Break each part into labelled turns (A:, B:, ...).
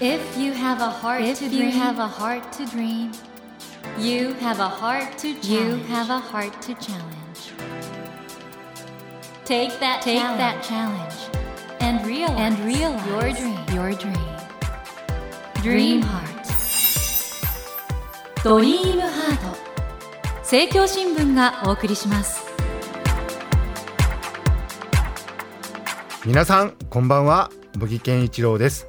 A: If you have a heart
B: If
A: to
B: you
A: dream,
B: have a heart to dream,
A: you have a heart to challenge.
B: you have a heart to challenge.
A: take that
B: Take
A: challenge
B: that challenge
A: and realize
B: and realize
A: your dream.
B: Your dream.
A: Dream
B: Dream heart.
A: ドリームハート政教新聞がお送りします
C: 皆さんこんばんは茂木健一郎です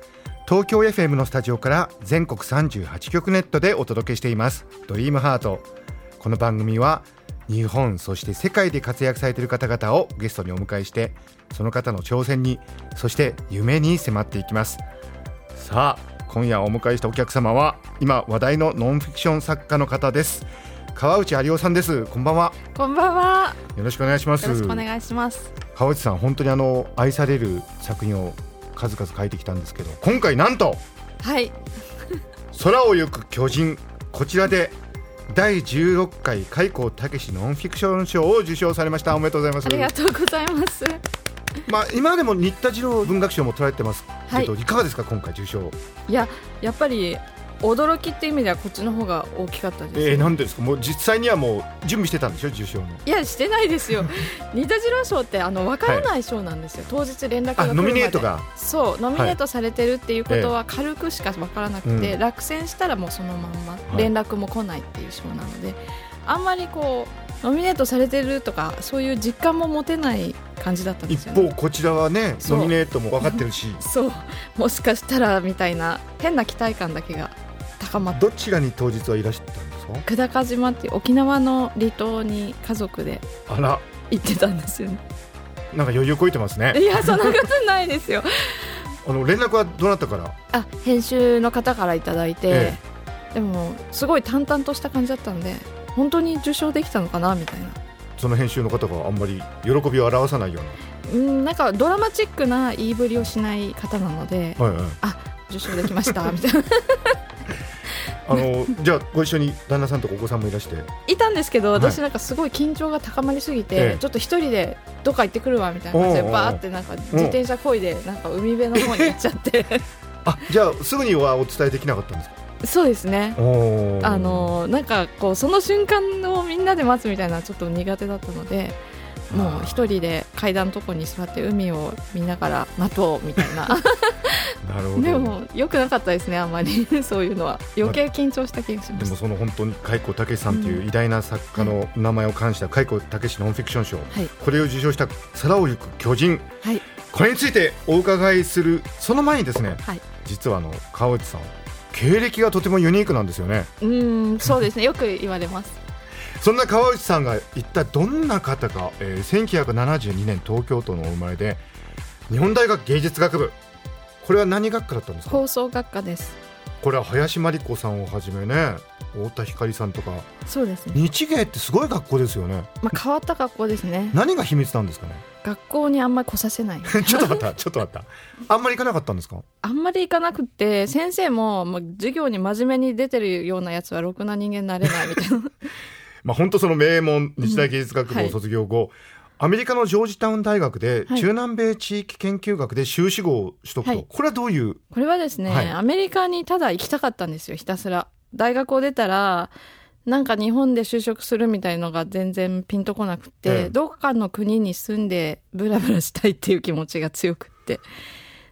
C: 東京 FM のスタジオから全国38局ネットでお届けしていますドリームハートこの番組は日本そして世界で活躍されている方々をゲストにお迎えしてその方の挑戦にそして夢に迫っていきますさあ今夜お迎えしたお客様は今話題のノンフィクション作家の方です川内有夫さんですこんばんは
D: こんばんは。
C: よろしくお願いします
D: よろしくお願いします。
C: 川内さん本当にあの愛される作品を数々書いてきたんですけど今回なんと
D: はい、
C: 「空を行く巨人」こちらで第16回開高武ノンフィクション賞を受賞されましたおめでとうございます
D: ありがとうございます。
C: まあ、今でも新田次郎文学賞も取られてますけど、、
D: はい
C: かがですか今回受賞
D: いや、やっぱり驚きっていう意味ではこっちの方が大きかったです。
C: えー、なんでですかもう実際にはもう準備してたんでしょ受賞の
D: いやしてないです よ。新田次郎賞ってあのわからない賞なんですよ。当日連絡が来
C: あ
D: るまで。
C: ノミネート。が
D: そう、ノミネートされてるっていうこと
C: は
D: は軽くしかわからなくて、
C: うん
D: 落選したらもうそのまんま
C: い
D: 連絡も来ないっていう賞なので、あんまりこうノミネートされてるとかそういう実感も持てない感じだったんで
C: 一
D: すよね。
C: 方こちらはね
D: そう
C: ノミネートも分かってるし
D: そうもしかしたらみたいな変な期待感だけが高まって
C: どちらに当日はいらしてたんですか
D: 久高島っていう沖縄の離島に家族で
C: あら
D: 行ってたんですよ ね
C: なんか余裕こいてますね
D: いやそんなことないですよ
C: あの連絡はどなたから
D: あ編集の方からいただいて、
C: え
D: でもすごい淡々とした感じだったんで本当に受賞できたのかなみたいな
C: その編集の方があんまり喜びを表さないよ
D: うんなんかドラマチックな言いぶりをしない方なので
C: うな、はいはい、
D: 受賞できましたみたいな
C: あの じゃあご一緒に旦那さんとかお子さんもいらして
D: いたんですけど
C: はい
D: 私なんかすごい緊張が高まりすぎて、
C: ええ
D: ちょっと一人でどっか行ってくるわみたいな感じ
C: おうおうお
D: で
C: う
D: バーってなんか自転車こいでなんか海辺の方に行っちゃって
C: あじゃあすぐにはお伝えできなかったんですか
D: そうですね
C: おー
D: あのなんかこうその瞬間をみんなで待つみたいなのはちょっと苦手だったのでもう一人で階段のとこに座って海を見ながら待とうみたいな
C: なるほ ど
D: でも良くなかったですねあんまり そういうのは余計緊張した気がしま
C: でも
D: した
C: その本当に海光武さんという偉大な作家の名前を冠した海光武ノンフィクション賞、
D: い
C: これを受賞した「皿を行く巨人」
D: はい
C: これについてお伺いするその前にですね、
D: はい
C: 実はあの川内さん経歴がとてもユニークなんですよね
D: うんそうですねよく言われます
C: そんな川内さんが一体どんな方か、えー1972年東京都のお生まれで日本大学芸術学部これは何学科だったんですか
D: 放送学科です
C: これは林真理子さんをはじめね太田光さんとか
D: そうですね
C: 日芸ってすごい学校ですよね
D: まあ、変わった学校ですね
C: 何が秘密なんですかね
D: 学校にあんまり来させない
C: ちょっと 待ったちょっと待ったあんまり行かなかったんですか
D: あんまり行かなくって先生ももう授業に真面目に出てるようなやつはろくな人間になれないみたい な
C: まあ本当その名門日大芸術学部を卒業後、アメリカのジョージタウン大学で
D: はい
C: 中南米地域研究学で修士号を取得と、
D: はい
C: これはどういう
D: これはですね、
C: はい
D: アメリカにただ行きたかったんですよひたすら大学を出たらなんか日本で就職するみたいのが全然ピンとこなくって、
C: ええ
D: どっかの国に住んでブラブラしたいっていう気持ちが強くって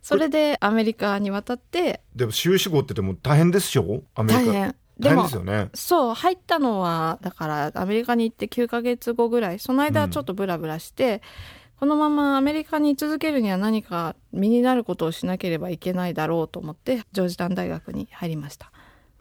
D: それでアメリカに渡って
C: でも修士号ってでも大変ですよアメリカ
D: 大変で
C: 大変
D: も
C: ですよね
D: そう入ったのはだからアメリカに行って9ヶ月後ぐらいその間はちょっとブラブラして、このままアメリカに居続けるには何か身になることをしなければいけないだろうと思ってジョージタウン大学に入りました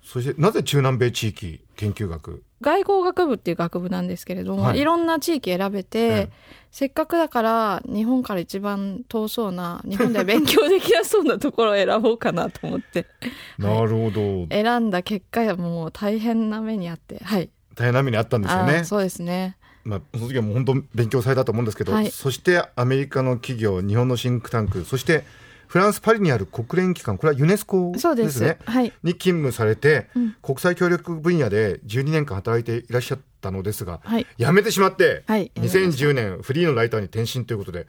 C: そしてなぜ中南米地域研究学
D: 外交学部っていう学部なんですけれども、
C: はい
D: い、ろんな地域選べて、
C: ええ
D: せっかくだから日本から一番遠そうな日本では勉強できなそうなところを選ぼうかなと思って
C: なるほど、
D: 選んだ結果もう大変な目にあってはい
C: 大変な目にあったんですよ
D: あ
C: ね
D: ーそうですね
C: まあ、その時はもう本当勉強されたと思うんですけど、
D: はい
C: そしてアメリカの企業日本のシンクタンクそしてフランス・パリにある国連機関これはユネスコです
D: そ
C: ね
D: うですはい
C: に勤務されて、
D: うん
C: 国際協力分野で12年間働いていらっしゃったのですが
D: はい
C: 辞めてしまって、
D: はい
C: 2010年フリーのライターに転身ということで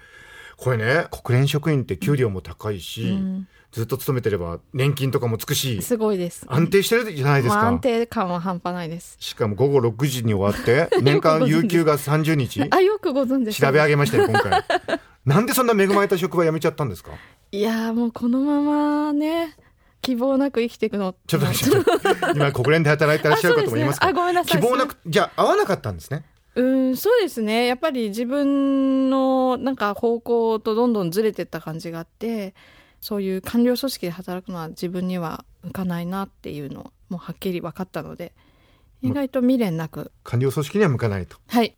C: これね国連職員って給料も高いし、
D: うん
C: ずっと勤めてれば年金とかもつくし
D: すごいです。
C: 安定してるじゃないです
D: まあ
C: か、
D: 安定感は半端ないです。
C: しかも午後6時に終わって 年間有給が30日
D: あ、よくご存知です。
C: 調べ上げましたよ今回なんでそんな恵まれた職場辞めちゃったんですか
D: いやーもうこのままね、希望なく生きていくの。
C: ちょっと待って ちょっと今国連で働いてらっしゃる方もいますか
D: あそうですねあごめんなさい
C: 希望なくじゃあ合わなかったんですね
D: うん、そうですね。やっぱり自分のなんか方向とどんどんずれてった感じがあって、そういう官僚組織で働くのは自分には向かないなっていうのをもうはっきり分かったので、意外と未練なく。
C: 官僚組織には向かないと
D: はい。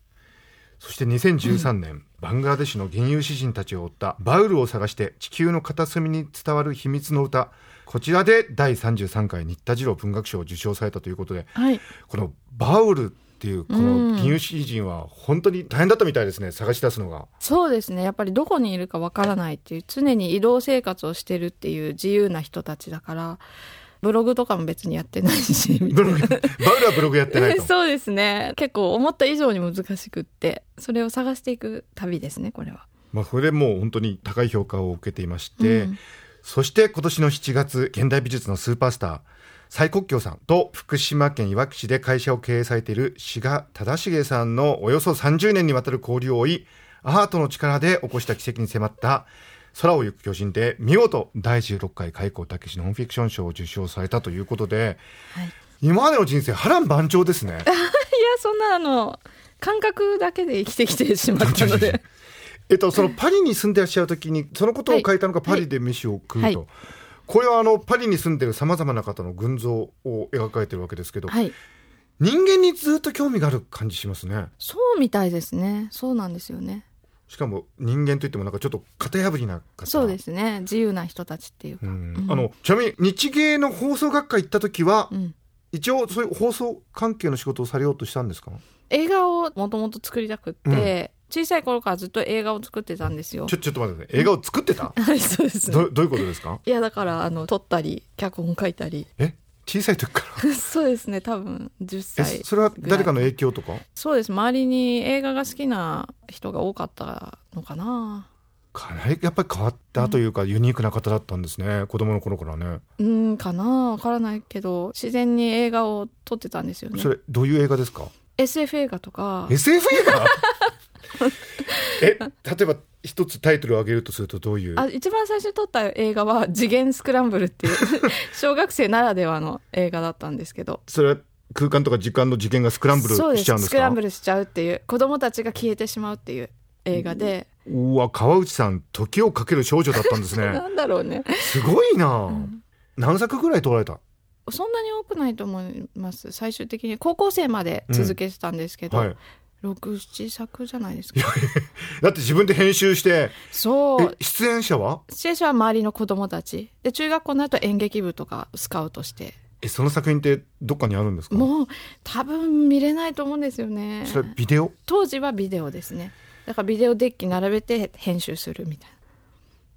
C: そして2013年、バングラデシュの原油詩人たちを追ったバウルを探して地球の片隅に伝わる秘密の歌こちらで第33回新田次郎文学賞を受賞されたということで
D: はい。
C: このバウルっていうこ
D: う
C: の
D: ん
C: 原油詩人は本当に大変だったみたいですね探し出すのが
D: そうですね。やっぱりどこにいるかわからないっていう、常に移動生活をしてるっていう自由な人たちだから、ブログとかも別にやってないし、みた
C: ブ
D: い
C: ロ
D: な
C: グバウルはブログやって ないと
D: そうですね。結構思った以上に難しくって、それを探していく旅ですね、これは。
C: まあこれでもう本当に高い評価を受けていまして、
D: うん
C: そして今年の7月現代美術のスーパースター蔡国強さんと福島県いわき市で会社を経営されている志賀忠茂さんのおよそ30年にわたる交流を追いアートの力で起こした奇跡に迫った空を行く巨人で見事第16回開口武ノンフィクション賞を受賞されたということで、
D: はい
C: 今までの人生波乱万丈ですね。
D: いや、そんなあの、感覚だけで生きてきてしま ったの で。
C: えっと、そのパリに住んでらっしゃるときに、そのことを書いたのが
D: はい
C: パリで飯を食うと。
D: はい
C: これはあのパリに住んでるさまざまな方の群像を描かれてるわけですけど、
D: はい。
C: 人間にずっと興味がある感じしますね
D: そうみたいですね。そうなんですよね。
C: しかも人間といってもなんかちょっと型破りな方、
D: そうですすね。自由な人たちっていう
C: う
D: か。
C: ん
D: う、ん
C: あのちなみに日芸の放送学会行った時は、
D: うん。
C: 一応そういう放送関係の仕事をされようとしたんですか
D: 映画をもともと作りたくって、小さい頃からずっと映画を作ってたんですよ
C: ち。ょちょっと待ってください映画を作って た、
D: はい、そうですね。
C: どどういうこと ですか
D: いや、だから、あの、撮ったり、脚本書いたり。
C: え小さい時から
D: そうですね、多分、10
C: え
D: 歳。
C: それは誰かの影響とか
D: そうです、周りに映画が好きな人が多かったのかな。
C: かなりやっぱり変わったというか、ユニークな方だったんですね子供の頃からね
D: うん、かなわからないけど、自然に映画を撮ってたんですよね
C: そ。れどういう映画ですか
D: SF 映画とか、
C: SF 映 画え例えば一つタイトルを挙げるとするとどういう
D: あ一番最初に撮った映画は「次元スクランブル」 っていう小学生ならではの映画だったんですけど
C: それは空間とか時間の次元がスクランブル
D: そうで
C: し
D: す
C: ちゃうんで
D: ス
C: す
D: クラ
C: か
D: ンブルしちゃうっていう子供たちが消えてしまうっていう映画で、
C: うわ川内さん時をかける少女だったんですね
D: なんだろうね
C: すごいな、何作ぐらい撮られた
D: そんなに多くないと思います最終的に高校生まで続けてたんですけど、
C: はい
D: 67作じゃないですか
C: だって自分で編集して
D: そ
C: え
D: う
C: 出演者は
D: シチュエーションは周りの子供たちで中学校になると演劇部とかスカウトして
C: えその作品ってどっかにあるんですか
D: もう多分見れないと思うんですよね
C: それビデオ
D: 当時はビデオですねだからビデオデッキ並べて編集するみたい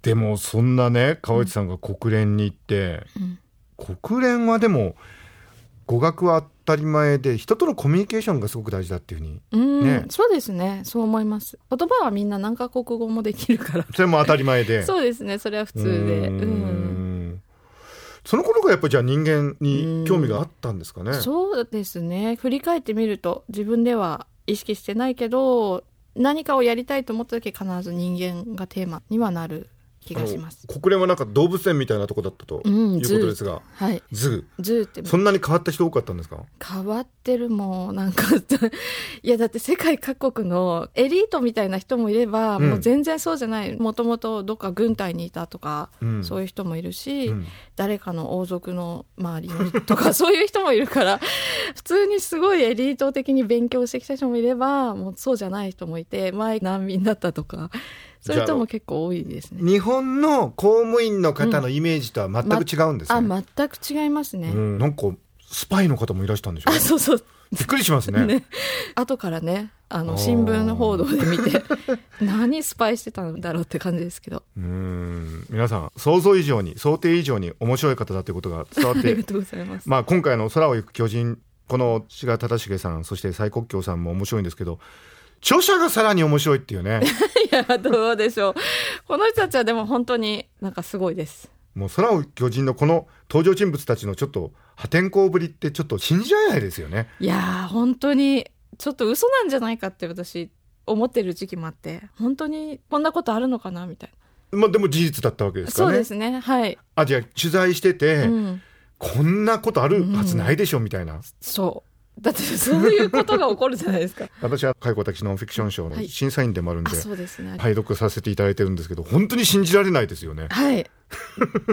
C: でもそんなね川内さんが国連に行って、国連はでも語学は当たり前で人とのコミュニケーションがすごく大事だっていうふうに
D: なうん、
C: ね
D: そうですねそう思います言葉はみんな何カ国語もできるから
C: それも当たり前で
D: そうですねそれは普通で
C: うーん
D: うん
C: その頃からやっぱりじゃあ人間に興味があったんですかね
D: そうですね振り返ってみると自分では意識してないけど何かをやりたいと思った時必ず人間がテーマにはなる気
C: あ
D: が
C: の
D: します
C: 国連はなんか動物園みたいなとこだったといううんことですが、
D: はい
C: ズ
D: ズーって
C: ーそんなに変わった人多かったんですか
D: 変わってるもんなんか いやだって世界各国のエリートみたいな人もいれば、
C: うん
D: もう全然そうじゃないもともとどっか軍隊にいたとか、
C: うん
D: そういう人もいるし、
C: うん
D: 誰かの王族の周りにとか そういう人もいるから普通にすごいエリート的に勉強してきた人もいればもうそうじゃない人もいて前難民だったとかそういう人も結構多いですね。
C: 日本の公務員の方のイメージとは全く違うんです
D: あ
C: ね、
D: 全く違いますね。
C: うんなんかスパイの方もいらしたんでしょ
D: あそうそう
C: びっくりしますね
D: ね 後からねあ
C: あー
D: の新聞報道で見て 何スパイしてたんだろうって感じですけど
C: うーん皆さん想像以上に想定以上に面白い方だということが伝わっ
D: あり
C: て
D: が とうございます、
C: まあ、今回の「空を行く巨人」この志賀忠茂さんそして蔡国強さんも面白いんですけど著者がさらに面白いってい うね。
D: いやどうでしょうこの人たちはでも本当になんかすごいです
C: もう空を巨人のこの登場人物たちのちょっと破天荒ぶりってちょっと信じられないですよね。
D: いやー本当にちょっと嘘なんじゃないかって私思ってる時期もあって本当にこんなことあるのかなみたい
C: まあでも事実だったわけで
D: な
C: すから
D: そう
C: ね。
D: ですねはい、
C: あ、じゃあ取材してて、
D: うん、
C: こんなことあるはずないでしょみたいな。
D: そうだってそういうことが起こるじゃないです か
C: 私は解雇私ノンフィクション賞の
D: はい
C: 審査員でもあるんで、
D: あそうですね
C: 拝読させていただいてるんですけど、本当に信じられないですよね。
D: はい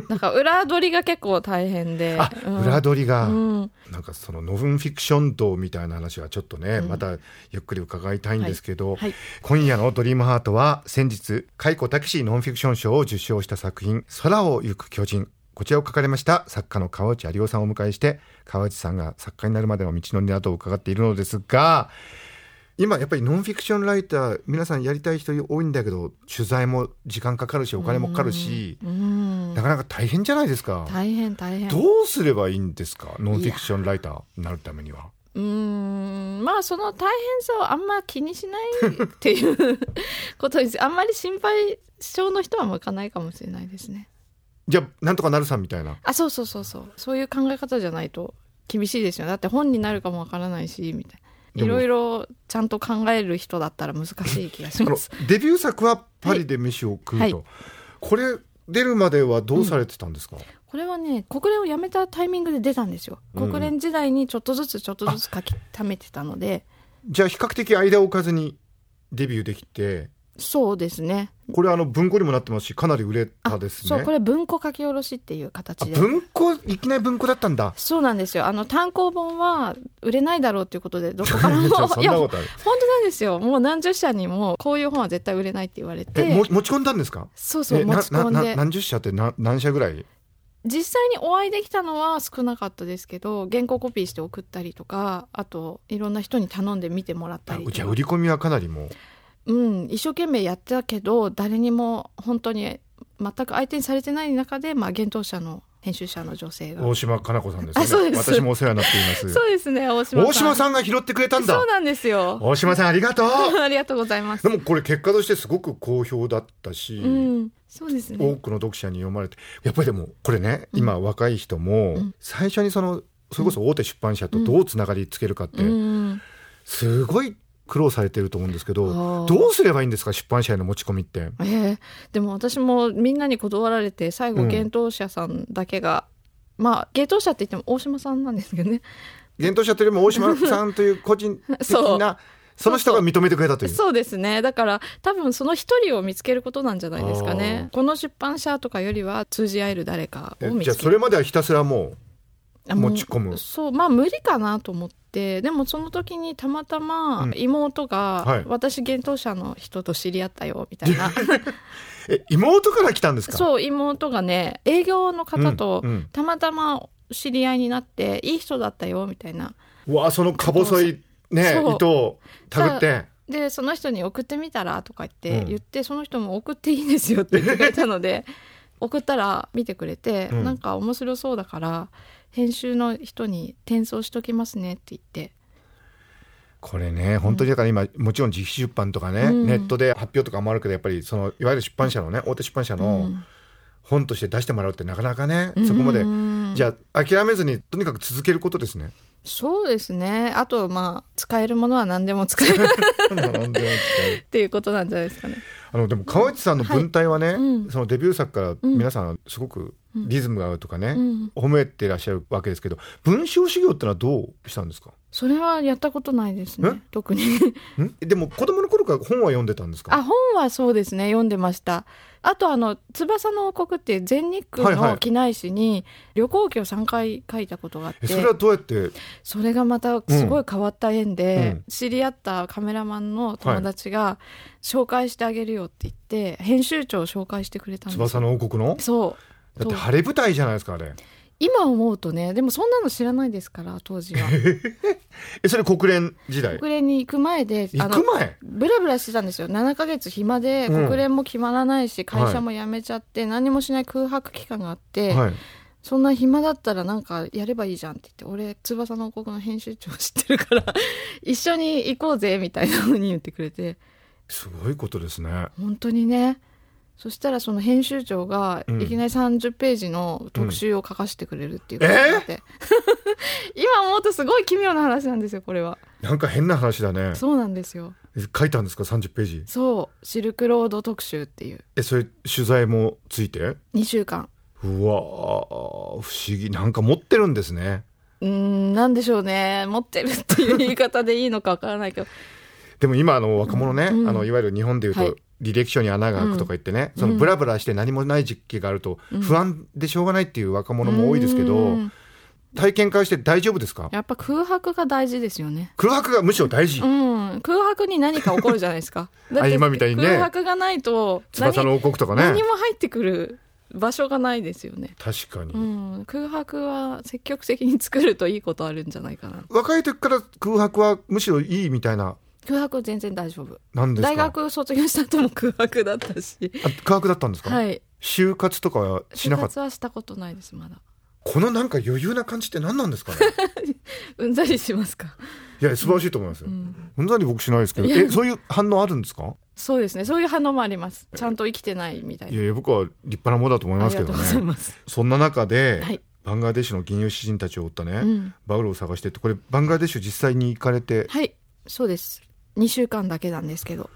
D: なんか裏取りが結構大変で
C: あ、裏取りが、
D: うん
C: なんかそのノンフィクション道みたいな話はちょっとね、
D: うん
C: またゆっくり伺いたいんですけど、
D: はい
C: 今夜の「ドリームハートは先日蚕子タキシノンフィクション賞を受賞した作品「空を行く巨人」こちらを書かれました作家の川内有夫さんをお迎えして川内さんが作家になるまでの道のりなどを伺っているのですが今やっぱりノンフィクションライター皆さんやりたい人多いんだけど取材も時間かかるしお金もかかるし、
D: うん
C: なかなか大変じゃないですか。
D: 大変大変
C: どうすればいいんですかノンフィクションライターになるためには。
D: うーんまあその大変さをあんま気にしないっていうことですあんまり心配性の人は向かないかもしれないですね
C: じゃあなんとかなるさんみたいな。
D: あそうそうそうそうそういう考え方じゃないと厳しいですよだって本になるかもわからないしみたい
C: で
D: な
C: も
D: いろいろちゃんと考える人だったら難しい気がし
C: あの
D: ます
C: デビュー作はパリで飯を食うと、
D: はい
C: これ出るまではどうされてたんですか、
D: これはね国連を辞めたタイミングで出たんですよ
C: うん
D: 国連時代にちょっとずつちょっとずつ書き溜めてたので
C: じゃあ比較的間を置かずにデビューできて
D: そうですね
C: これあの文庫にもなってますしかなり売れたですね
D: そうこれ文庫書き下ろしっていう
C: あ
D: 形で
C: 文庫いきなり文庫だったんだ
D: そうなんですよ。あの単行本は売れないだろうっていうこと で、どこからも
C: いやそん
D: いや
C: な
D: 本
C: ことある
D: 当なんですよ。もう何十社にもこういう本は絶対売れ ないって言われ
C: えも
D: て、
C: 持ち込んだんですか
D: そうそう
C: え
D: 持
C: な
D: ち込ん
C: な
D: で
C: な、何十社ってな何社ぐらい
D: 実際にお会いできたのは少なかったですけど、原稿コピーして送ったりとか、あといろんな人に頼んで見てもらった
C: あ
D: りとか、
C: じゃあ売り込みはかなりもう
D: うん、一生懸命やってたけど、誰にも本当に全く相手にされてない中で、まあ幻冬者の編集者の女性が、
C: 大島かな子さんですよね
D: あそうです
C: 私もお世話になっています
D: そうですね、大島さん。
C: 大島さんが拾ってくれたんだ
D: そうなんですよ。
C: 大島さんありがとう
D: ありがとうございます
C: で。もこれ結果としてすごく好評だったし、
D: うん、そうですね
C: 多。くの読者に読まれてやっぱりでもこれね、
D: うん
C: 今若い人も
D: うん
C: 最初にそのそれこそ大手出版社とどうつながりつけるかって
D: うん、
C: すごい苦労されてると思うんですけど、
D: あー
C: どうすればいいんですか出版社への持ち込みって。
D: ええでも私もみんなに断られて最
C: う
D: 後
C: ん
D: 幻冬者さんだけが、まあ幻冬者って言っても大島さんなんですけどね
C: 現当社というよりも大島さんという個人
D: そ
C: 的
D: う
C: なその人が認めてくれたという。
D: そうですねだから多分その一人を見つけることなんじゃないですか
C: あ
D: ね
C: ー
D: この出版社とかよりは通じ合える誰かを
C: え
D: 見
C: じゃあ
D: つけ
C: それまではひたすらも
D: あもう
C: 持ち込む
D: そうまあ無理かなと思ってでもその時にたまたま
C: うん
D: 妹が、
C: はい
D: 私幻冬者の人と知り合ったよみた いな
C: うえ妹から来たんですか
D: そう妹がね営業の方と、
C: うんうん
D: たまたま知り合いになっていい人だったよみたいな
C: うわそのか細いね
D: そう
C: 糸をたぐって
D: でその人に送ってみたらとか言って、
C: うん
D: 言ってその人も送っていいですよって言ってくれたので 送ったら見てくれて、
C: うん
D: なんか面白そうだから編集の人に転送しときますねって言って
C: これね本当にだから今、もちろん自費出版とかね、
D: うん
C: ネットで発表とかもあるけどやっぱりそのいわゆる出版社のね大手出版社
D: う
C: の
D: ん
C: 本として出してもらうってなかなかね、そこまで、
D: うん
C: じゃあ諦めずにとにかく続けるこ とですね。
D: そうですねあとまあ使えるものは何でも使える
C: なんで
D: っていうことなんじゃないですかね。
C: あのでも川内さんの文体はね、
D: うん
C: そのデビュー作から皆さんすごくリズムが合うとかね、
D: うん
C: 褒めてらっしゃるわけですけど文章修行ってのはどうしたんですか
D: それはやったことないですね
C: え
D: 特に
C: んでも子供の頃から本は読んでたんですか
D: あ本はそうですね読んでましたあとあの「翼の王国」っていう全日
C: は
D: 空
C: いはい
D: の機内誌に旅行記を3回書いたことがあって、
C: えそれはどうやって
D: それがまたすごい変わった縁で、
C: うん
D: 知り合ったカメラマンの友達が「紹介してあげるよ」って言って、編集長を紹介してくれたんです
C: 翼
D: よ
C: の王国の
D: そう
C: だって晴れ舞台じゃないですかあれ
D: 今思うとねでもそんなの知らないですから当時 は
C: えそれ国連時代
D: 国連に行く前であ
C: 行
D: の
C: く前
D: ブラブラしてたんですよ7ヶ月暇で
C: うん
D: 国連も決まらないし、会社も辞めちゃって、何もしない空白期間があって、
C: はい、
D: そんな暇だったらなんかやればいいじゃんって言って俺翼の王国の編集長知ってるから 一緒に行こうぜみたいな風に言ってくれて
C: すごいことですね。
D: 本当にねそしたらその編集長が
C: うん
D: いきなり30ページの特集を書かせてくれるっていうことになって、 今思うとすごい奇妙な話なんですよこれは
C: なんか変な話だね。
D: そうなんですよ
C: 書いたんですか30ページ。
D: そうシルクロード特集っていう
C: えそれ取材もついて
D: 2週間
C: うわー不思議なんか持ってるんですね。
D: うーんなんでしょうね持ってるっていう言い方でいいのかわからないけど
C: でも今あの若者ね、
D: うん
C: あのいわゆる日本でいうと、
D: はい
C: 履歴書に穴が開くとか言ってね、
D: うん
C: そのブラブラして何もない時期があると不安でしょうがないっていう若者も多いですけど、
D: うん
C: 体験会して大丈夫ですか
D: やっぱ空白が大事ですよね
C: 空白がむしろ大事、
D: うん空白に何か起こるじゃない ですかだって
C: 今みたいにね
D: 空白がないと何
C: 翼の王国とか
D: 何
C: ね
D: も入ってくる場所がないですよね
C: 確かに、
D: うん、空白は積極的に作るといいことあるんじゃないかな
C: 若い時から空白はむしろいいみたいな
D: 空白全然大丈夫
C: なんですか
D: 大学卒業した後も空白だったし
C: あ空白だったんですか、
D: はい
C: 就活とかはし
D: 就
C: なかった
D: 活はしたことないですまだ
C: このなんか余裕な感じって何なんです かね
D: うんざりしますか、
C: いや素晴らしいと思いますよ、
D: うん、
C: 本当に僕しないですけど
D: いや
C: えそういう反応あるんですか
D: そうですねそういう反応もありますちゃんと生きてないみたい
C: い
D: な
C: やいや僕は立派なものだと思い
D: あ
C: ま
D: り
C: す
D: が
C: け
D: と
C: ど
D: うござい
C: ね
D: ます、
C: そんな中で、
D: はい、
C: バングラデシュの銀融詩人たちを追ったね、
D: うん、
C: バウルを探してってこれバングラデシュ実際に行かれて
D: はいそうです2週間だけなんですけど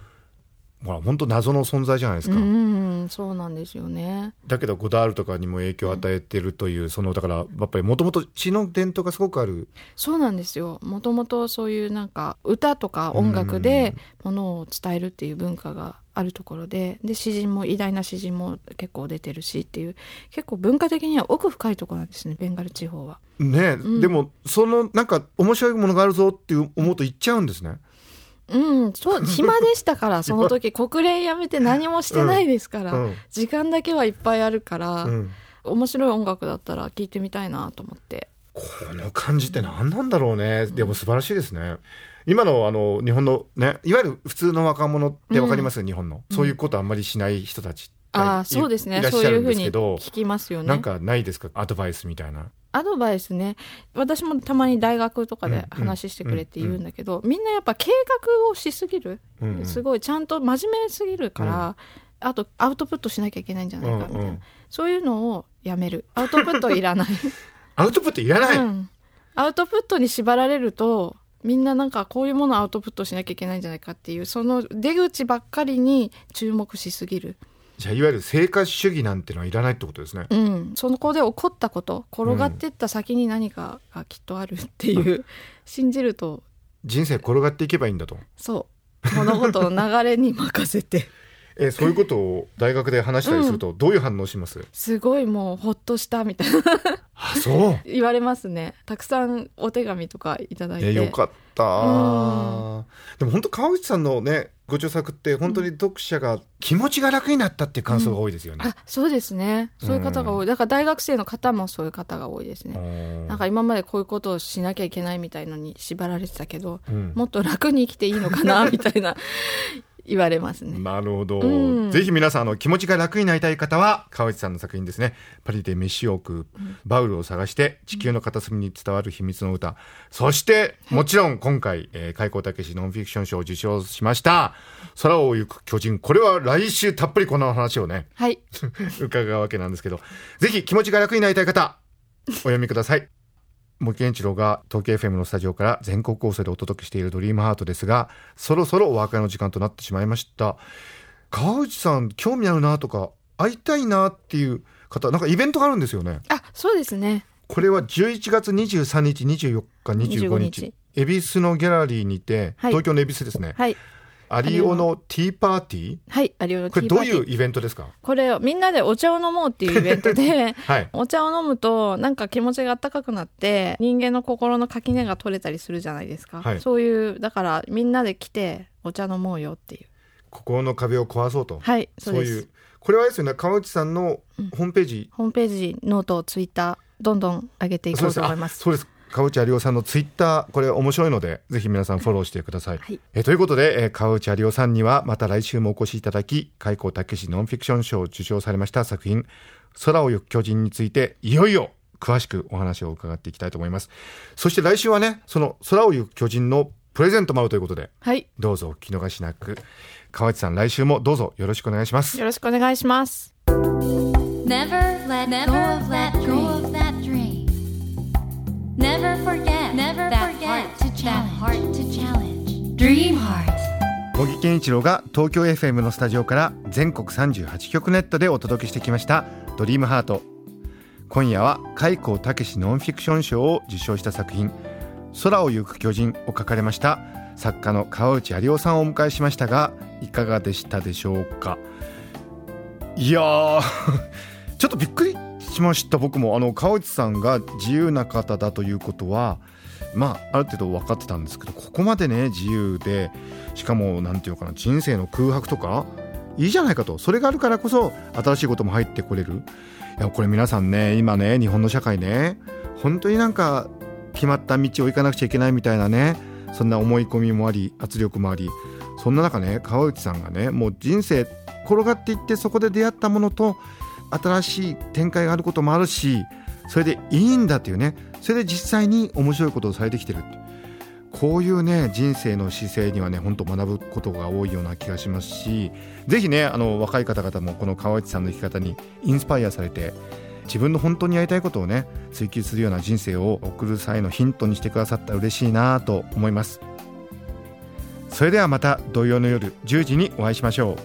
C: ほら本当謎の存在じゃないです
D: う
C: か、
D: んそうなんですよね
C: だけどゴダールとかにも影響を与えてるというそのだからやっぱりもともと血の伝統がすごくある
D: そうなんですよもともとそういうなんか歌とか音楽でものを伝えるっていう文化があるところでで詩人も偉大な詩人も結構出てるしっていう結構文化的には奥深いところなんですねベンガル地方は。
C: ねえ、
D: うん
C: でもそのなんか面白いものがあるぞっていう思うと行っちゃうんですね
D: うんそう 暇でしたからその時国連やめて何もしてないですから、
C: うん
D: 時間だけはいっぱいあるから、
C: うん
D: 面白い音楽だったら聴いてみたいなと思って。
C: この感じって何なんだろうね、でも素晴らしいですね今のあの日本のねいわゆる普通の若者ってわかります、日本のそういうことあんまりしない人たちってい
D: ああそうですね
C: いらっ
D: そう
C: しゃ
D: い
C: る
D: うんふう
C: ですけ
D: に
C: ど
D: 聞きますよね。
C: なんかないですかアドバイスみたいな
D: アドバイスね私もたまに大学とか
C: うん
D: で話してくれって言うんだけど、みんなやっぱ計画をしすぎる、
C: うんうん
D: すごいちゃんと真面目すぎるから、あとアウトプットしなきゃいけないんじゃないかみたいな、
C: うんうん
D: そういうのをやめるアウトプットいらない、
C: アウトプットいらない、
D: うんアウトプットに縛られるとみんななんかこういうものをアウトプットしなきゃいけないんじゃないかっていうその出口ばっかりに注目しすぎる
C: じゃあいわゆる生活主義なんてのはいらないってことですね
D: うん、その子で起こったこと転がってった先に何かがきっとあるっていう、信じると
C: 人生転がっていけばいいんだと、
D: そう物事の流れに任せ て
C: えそういうことを大学で話したりするとどういう反応します、
D: すごいもうほっとしたみたいな
C: あ そう
D: 言われますねたくさんお手紙とかいただいて
C: えよかった
D: う
C: でも本当川口さんのねご著作って本当に読者が気持ちが楽になったっていう感想が多いですよね、
D: あそうですねそういう方が多いだから大学生の方もそういう方が多いですね、
C: うん
D: なんか今までこういうことをしなきゃいけないみたいのに縛られてたけど
C: うん
D: もっと楽に生きていいのかなみたいな 言われますね
C: なるほど、
D: うん
C: ぜひ皆さんあの気持ちが楽になりたい方は川内さんの作品ですねパリで飯を食う、バウルを探して地球の片隅に伝わる秘密の歌、そしてもちろん今回、えー、開口武ノンフィクション賞を受賞しました空を行く巨人これは来週たっぷりこの話をね
D: はい
C: 伺うわけなんですけどぜひ気持ちが楽になりたい方お読みください 森健一郎が東京 FM のスタジオから全国放送でお届けしている「ドリームハートですがそろそろお別れの時間となってしまいました川内さん興味あるなとか会いたいなっていう方なんかイベントがあるんですよね
D: あそうですね
C: これは11月23日24日25
D: 25
C: 日
D: 日
C: 恵比寿のギャラリーにて、
D: はい
C: 東京の恵比寿ですね、
D: はい
C: アリオのティーパーティー
D: はい、有料の
C: こ
D: テ
C: れ
D: ィー
C: ど
D: パ
C: う
D: ーティー。
C: いうイベントですか、
D: これをみんなでお茶を飲もうっていうイベントで
C: はい
D: お茶を飲むとなんか気持ちが温かくなって人間の心の垣根が取れたりするじゃないですか、
C: はい
D: そういうだからみんなで来てお茶飲もうよっていう
C: 心の壁を壊そうと、
D: はいそ
C: そうう
D: です
C: いうこれはあれですよね川内さんの
D: うん
C: ホームページ、
D: ホームページノートツイッターどんどん上げていこうと思いま
C: あ
D: す
C: そうです川内有夫さんのツイッターこれ面白いのでぜひ皆さんフォローしてください、
D: はい
C: えーということで、えー川内有夫さんにはまた来週もお越しいただき開口武史ノンフィクション賞を受賞されました作品「空を行く巨人」についていよいよ詳しくお話を伺っていきたいと思います。そして来週はね、その空を行く巨人のプレゼントもあるということで、
D: はい。
C: どうぞお聞き逃しなく。川内さん、来週もどうぞよろしくお願いします。
D: よろしくお願いします。
B: Never let
A: Never
B: go of that
A: let
B: dream.
A: go of
B: that dream.
A: Never forget,
B: Never
A: that
B: forget
A: heart to challenge.
B: that heart to challenge.
A: Dream Heart.
C: 小木健一郎が東京 FM のスタジオから全国38局ネットでお届けしてきました「ドリームハート今夜は開口武史ノンフィクション賞を受賞した作品「空を行く巨人」を書かれました作家の川内有夫さんをお迎えしましたがいかがでしたでしょうかいやー ちょっとびっくりしました僕もあの川内さんが自由な方だということはまあある程度分かってたんですけどここまでね自由でしかもなんていうのかな人生の空白とかいいじゃないかとそれがあるからこそ新しいことも入ってこれるいやこれ皆さんね今ね日本の社会ね本当になんか決まった道を行かなくちゃいけないみたいなねそんな思い込みもあり圧力もありそんな中ね川内さんがねもう人生転がっていってそこで出会ったものと新しい展開があることもあるしそれでいいんだっていうねそれで実際に面白いことをされてきてるってこういうね人生の姿勢にはね本当学ぶことが多いような気がしますしぜひねあの若い方々もこの川内さんの生き方にインスパイアされて自分の本当にやりたいことをね追求するような人生を送る際のヒントにしてくださったら嬉しいなと思いますそれではまた土曜の夜10時にお会いしましょ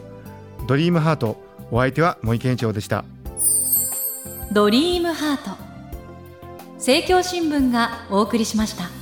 C: うドリームハートお相手は森健一郎でした
A: ドリームハート政教新聞がお送りしました